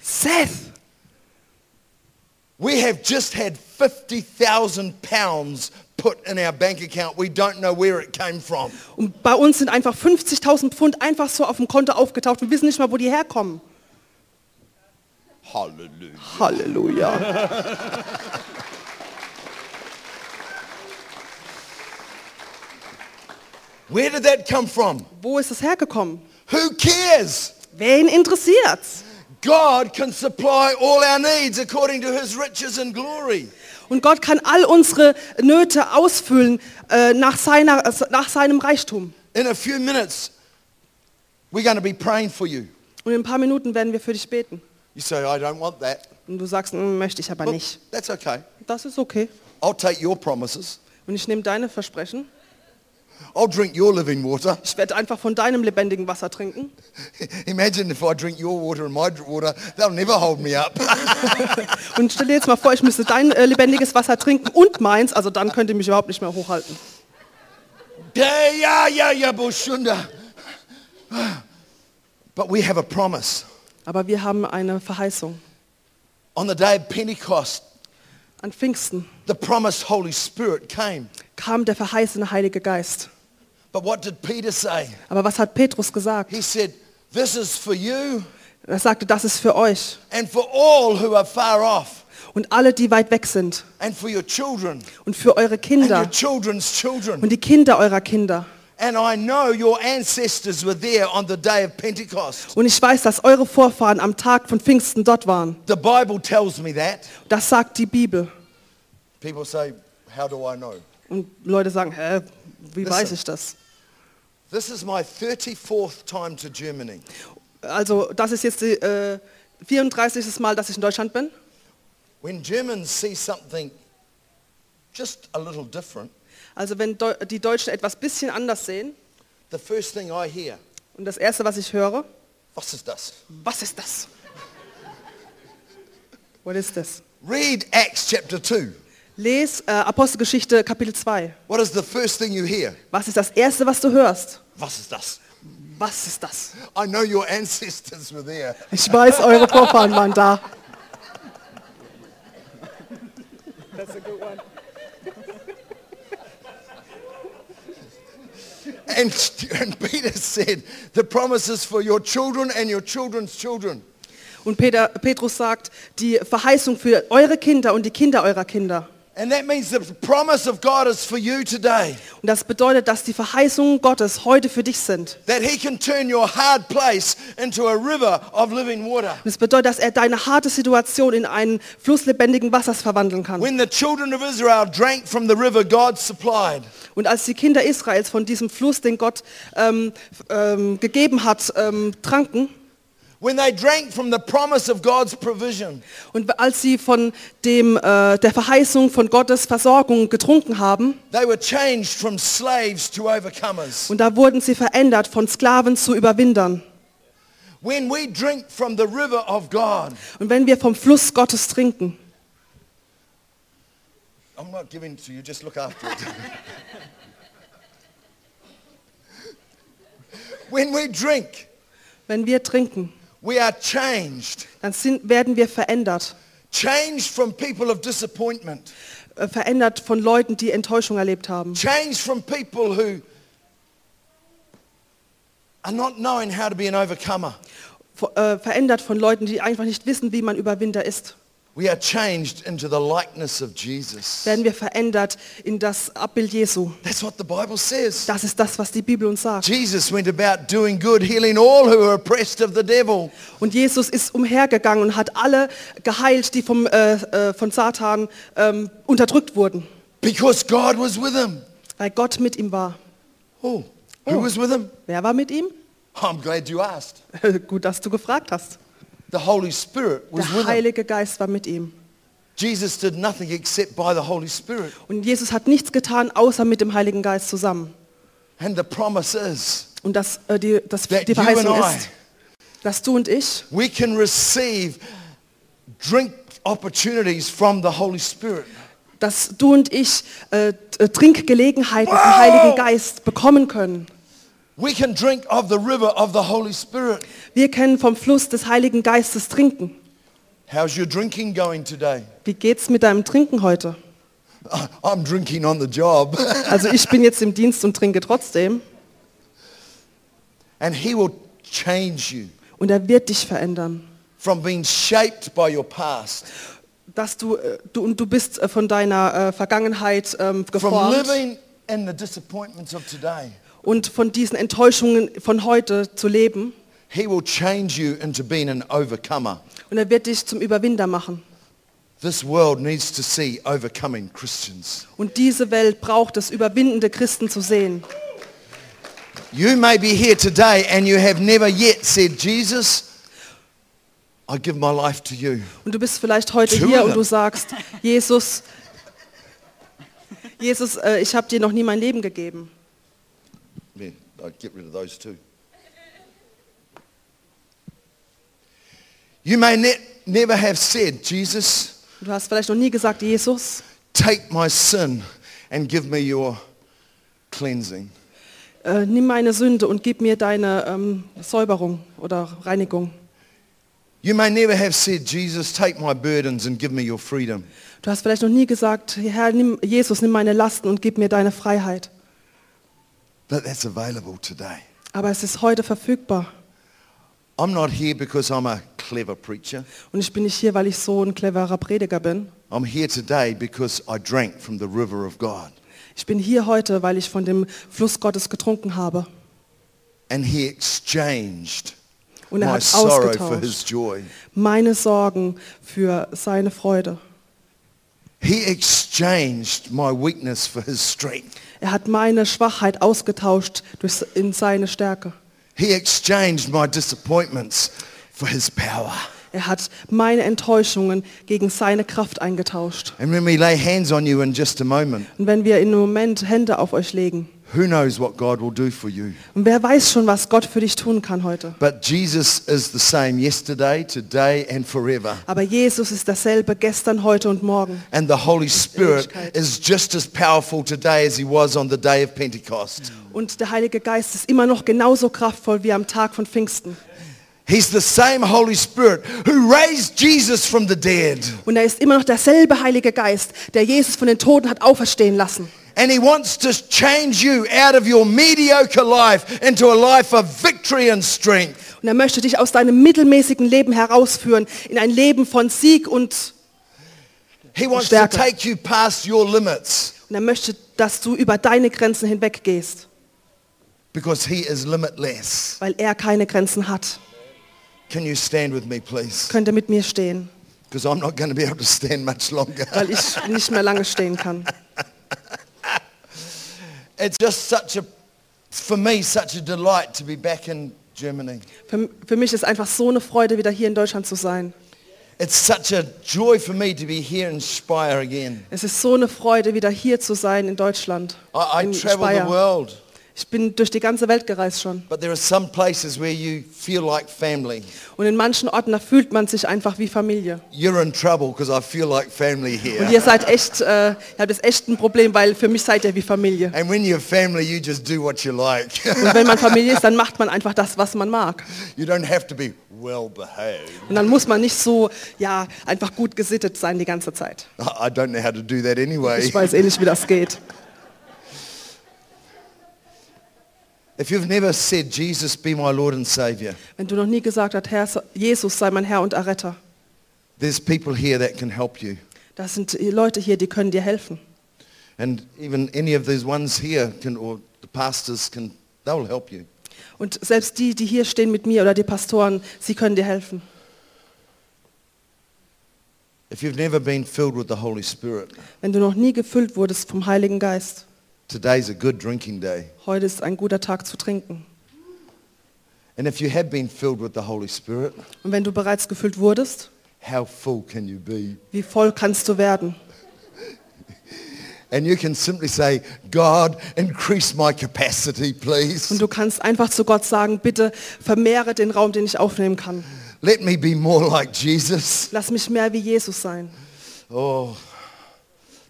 Seth, we have just had fifty thousand pounds put in our bank account. We don't know where it came from. und bei uns sind einfach 50.000 Pfund einfach so auf dem Konto aufgetaucht. Wir wissen nicht mal, wo die herkommen. Hallelujah. Halleluja. Where did that come from? Wo ist das hergekommen? Who cares? Wen interessiert's? God can supply all our needs according to his riches and glory. Und Gott kann all unsere Nöte ausfüllen äh, nach, seiner, nach seinem Reichtum. In a few minutes, we're going to be praying for you. Und in ein paar Minuten werden wir für dich beten. You say, I don't want that. Und du sagst, "Hm, möchte ich aber Look, nicht. that's okay. Das ist okay. I'll take your promises. Und ich nehme deine Versprechen. I'll drink your living water. Ich werde einfach von deinem lebendigen Wasser trinken. Imagine if I drink your water and my dr- water, they'll never hold me up. Und stell dir jetzt mal vor, ich müsste dein äh, lebendiges Wasser trinken und meins, also dann könnt ihr mich überhaupt nicht mehr hochhalten. Yeah, yeah, yeah, yeah, Bushunda. But we have a promise. Aber wir haben eine Verheißung. On the day of Pentecost, An Pfingsten the promised Holy Spirit came. kam der verheißene Heilige Geist. But what did Peter say? Aber was hat Petrus gesagt? He said, this is for you Er sagte, das ist für euch and for all who are far off und alle, die weit weg sind and for your children und für and eure your Kinder children's children. und die Kinder eurer Kinder. And I know your ancestors were there on the day of Pentecost. Und ich weiß, dass eure Vorfahren am Tag von Pfingsten dort waren. The Bible tells me that. Das sagt die Bibel. People say, how do I know? Und Leute sagen, hä, wie Listen. weiß ich das? This is my 34th time to Germany. Also das ist jetzt die äh, 34. Mal, dass ich in Deutschland bin. When Germans see something just a little different, Also wenn Deu die Deutschen etwas bisschen anders sehen the first thing I hear, und das Erste, was ich höre, was is this? was ist das? What is this? Read Acts chapter 2. Les äh, Apostelgeschichte Kapitel 2. What is the first thing you hear? Was ist das Erste, was du hörst? Was is this? Was ist das? I know your ancestors were there. Ich weiß, eure Vorfahren waren da. And, and Peter said, the promises for your children and your children's children. Und Peter, Petrus sagt, die Verheißung für eure Kinder und die Kinder eurer Kinder. And that means the promise of God is for you today. Und das bedeutet, dass die Verheißungen Gottes heute für dich sind. That he can turn your hard place into a river of living water. Und es bedeutet, dass er deine harte Situation in einen Fluss lebendigen Wassers verwandeln kann. When the children of Israel drank from the river God supplied, Und als die Kinder Israels von diesem Fluss, den Gott ähm, f- ähm, gegeben hat, ähm, tranken, when they drank from the promise of God's provision, und als sie von dem, äh, der Verheißung von Gottes Versorgung getrunken haben, they were changed from slaves to overcomers. und da wurden sie verändert von Sklaven zu Überwindern. When we drink from the river of God, Und wenn wir vom Fluss Gottes trinken, I'm not giving to you, just look after it. when we drink, wenn wir trinken, we are changed. dann sind, werden wir verändert. Changed from people of disappointment. Äh, verändert von Leuten, die Enttäuschung erlebt haben. Changed from people who are not knowing how to be an overcomer. Ver- äh, verändert von Leuten, die einfach nicht wissen, wie man Überwinder ist. We are changed into the likeness of Jesus. Werden wir verändert in das Abbild Jesu. That's what the Bible says. Das ist das, was die Bibel uns sagt. Jesus went about doing good, healing all who are oppressed of the devil. Und Jesus ist umhergegangen und hat alle geheilt, die vom, äh, äh, von Satan ähm, unterdrückt wurden, Because God was with him. weil Gott mit ihm war. Oh, who was with him? Wer war mit ihm? I'm glad you asked. Gut, dass du gefragt hast. The Holy Spirit was Der with him. Heilige Geist war mit ihm. Jesus did nothing except by the Holy Spirit. Und Jesus hat nichts getan, außer mit dem Heiligen Geist zusammen. And the promise is Und das, äh, die, das, that die you and Verheißung I, ist, dass du und ich, we can receive drink opportunities from the Holy Spirit. dass du und ich äh, äh, Trinkgelegenheiten vom Wow! Heiligen Geist bekommen können. We can drink of the river of the Holy Spirit. Wir können vom Fluss des Heiligen Geistes trinken. How's your drinking going today? Wie geht's mit deinem Trinken heute? I'm drinking on the job. Also ich bin jetzt im Dienst und trinke trotzdem. and he will change you Und er wird dich verändern. from being shaped by your past, Dass du, äh, du, und du bist äh, von deiner äh, Vergangenheit from ähm, geformt living in the disappointments of today. und von diesen Enttäuschungen von heute zu leben. He will change you into being an overcomer. Und er wird dich zum Überwinder machen. This world needs to see overcoming Christians. Und diese Welt braucht es, überwindende Christen zu sehen. You may be here today and you have never yet said, Jesus, I give my life to you. Und du bist vielleicht heute Two hier of und them. du sagst, Jesus, Jesus, äh, ich habe dir noch nie mein Leben gegeben. Yeah, I'd get rid of those two. You may ne- never have said, Jesus, Du hast vielleicht noch nie gesagt, Jesus, take my sin and give me your cleansing. äh, nimm meine Sünde und gib mir deine ähm, Säuberung oder Reinigung. You may never have said, Jesus, take my burdens and give me your freedom. Du hast vielleicht noch nie gesagt, Herr, nimm, Jesus, nimm meine Lasten und gib mir deine Freiheit. But that's available today. Aber es ist heute verfügbar. I'm not here because I'm a clever preacher. Und ich bin nicht hier, weil ich so ein cleverer Prediger bin. I'm here today because I drank from the river of God. Ich bin hier heute, weil ich von dem Fluss Gottes getrunken habe. And he exchanged Und er my hat sorrow for his ausgetauscht joy. meine Sorgen für seine Freude. He exchanged my weakness for his strength. Er hat meine Schwachheit ausgetauscht durch, in seine Stärke. He exchanged my disappointments for his power. Er hat meine Enttäuschungen gegen seine Kraft eingetauscht. And when we lay hands on you in just a moment, Und wenn wir in einem Moment Hände auf euch legen, who knows what God will do for you? und wer weiß schon, was Gott für dich tun kann heute. But Jesus is the same yesterday, today and forever. Aber Jesus ist dasselbe gestern, heute und morgen. And the Holy Spirit Ewigkeit. is just as powerful today as he was on the day of Pentecost. Und der Heilige Geist ist immer noch genauso kraftvoll wie am Tag von Pfingsten. He's the same Holy Spirit who raised Jesus from the dead. Und er ist immer noch derselbe Heilige Geist, der Jesus von den Toten hat auferstehen lassen. And he wants to change you out of your mediocre life into a life of victory and strength. Und er möchte dich aus deinem mittelmäßigen Leben herausführen in ein Leben von Sieg und, He wants to Stärke. take you past your limits und er möchte, dass du über deine Grenzen hinweggehst, because he is limitless. weil er keine Grenzen hat. Can you stand with me, please? Könnt ihr mit mir stehen, Because I'm not going to be able to stand much longer. weil ich nicht mehr lange stehen kann. It's just such a, for me, such a delight to be back in Germany. Für, für mich ist einfach so eine Freude, wieder hier in Deutschland zu sein. It's such a joy for me to be here in Speyer again. Es ist so eine Freude, wieder hier zu sein in Deutschland. I, I in travel the Speyer. world. Ich bin durch die ganze Welt gereist schon. But there are some places where you feel like family. Und in manchen Orten, da fühlt man sich einfach wie Familie. You're in trouble because I feel like family Und ihr here. seid echt, äh, ihr habt das echt ein Problem, weil für mich seid ihr wie Familie. And when you're family, you just do what you like. Und wenn man Familie ist, dann macht man einfach das, was man mag. you don't have to be well behaved. Und dann muss man nicht so, ja, einfach gut gesittet sein die ganze Zeit. I I don't know how to do that anyway. Ich weiß eh nicht, wie das geht. If you've never said, Jesus, be my Lord and Savior, Wenn du noch nie gesagt hast, Herr, Jesus sei mein Herr und Erretter, there's people here that can help you. da sind Leute hier, die können dir helfen. And even any of these ones here can, or the pastors can, they'll help you. Und selbst die, die hier stehen mit mir oder die Pastoren, sie können dir helfen. If you've never been filled with the Holy Spirit, Wenn du noch nie gefüllt wurdest vom Heiligen Geist, today's a good drinking day. heute ist ein guter Tag zu trinken. And if you have been filled with the Holy Spirit, Und wenn du bereits gefüllt wurdest, how full can you be? wie voll kannst du werden? And you can simply say, God, increase my capacity, Und please. du kannst einfach zu Gott sagen, bitte vermehre den Raum, den ich aufnehmen kann. Let me be more like Jesus. Lass mich mehr wie Jesus sein. Oh,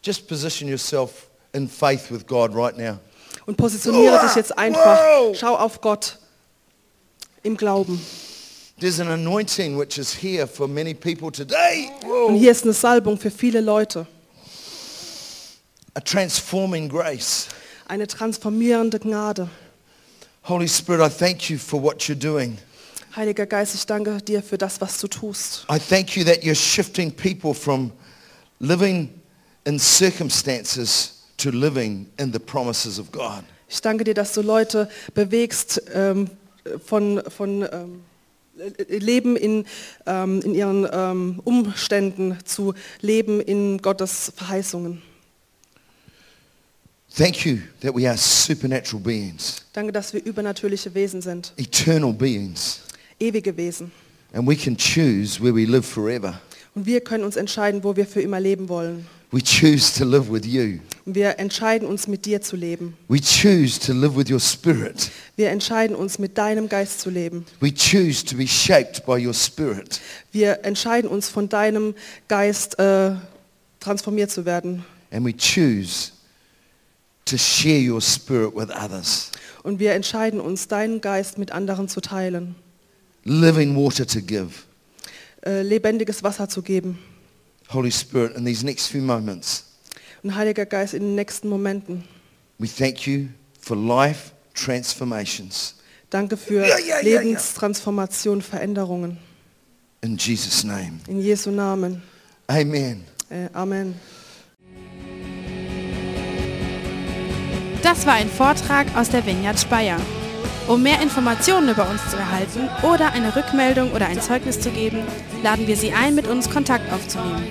just position yourself in faith with God right now. Und positioniere dich jetzt einfach. Schau auf Gott im Glauben. There's an anointing which is here for many people today. Und hier ist eine Salbung für viele Leute. A transforming grace. Eine transformierende Gnade. Holy Spirit, I thank you for what you're doing. Heiliger Geist, ich danke dir für das, was du tust. I thank you that you're shifting people from living in circumstances to living in the promises of God. Ich danke dir, dass du Leute bewegst ähm, von, von ähm, Leben in, ähm, in ihren ähm, Umständen zu Leben in Gottes Verheißungen. Thank you that we are supernatural beings, Danke, dass wir übernatürliche Wesen sind, eternal beings, ewige Wesen. and we can choose where we live forever. Und wir können uns entscheiden, wo wir für immer leben wollen. We choose to live with you. Und wir entscheiden uns, mit dir zu leben. We choose to live with your spirit. Wir entscheiden uns, mit deinem Geist zu leben. We choose to be shaped by your spirit. Wir entscheiden uns, von deinem Geist äh, transformiert zu werden. And we choose to share your spirit with others. Und wir entscheiden uns, deinen Geist mit anderen zu teilen, Living water to give. äh, lebendiges Wasser zu geben. Holy Spirit, in these next few moments, Und Heiliger Geist, in den nächsten Momenten, we thank you for life transformations. danke für Lebenstransformation, Veränderungen. In Jesus' name. In Jesu Namen. Amen. Äh, Amen. Das war ein Vortrag aus der Vineyard Speyer. Um mehr Informationen über uns zu erhalten oder eine Rückmeldung oder ein Zeugnis zu geben, laden wir Sie ein, mit uns Kontakt aufzunehmen.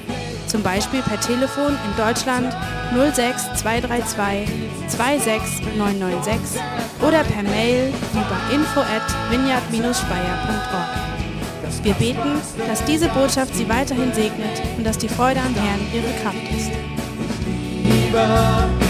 Zum Beispiel per Telefon in Deutschland 06 232 26996 oder per Mail über info at vineyard-speyer.org. Wir beten, dass diese Botschaft Sie weiterhin segnet und dass die Freude am Herrn Ihre Kraft ist. Liebe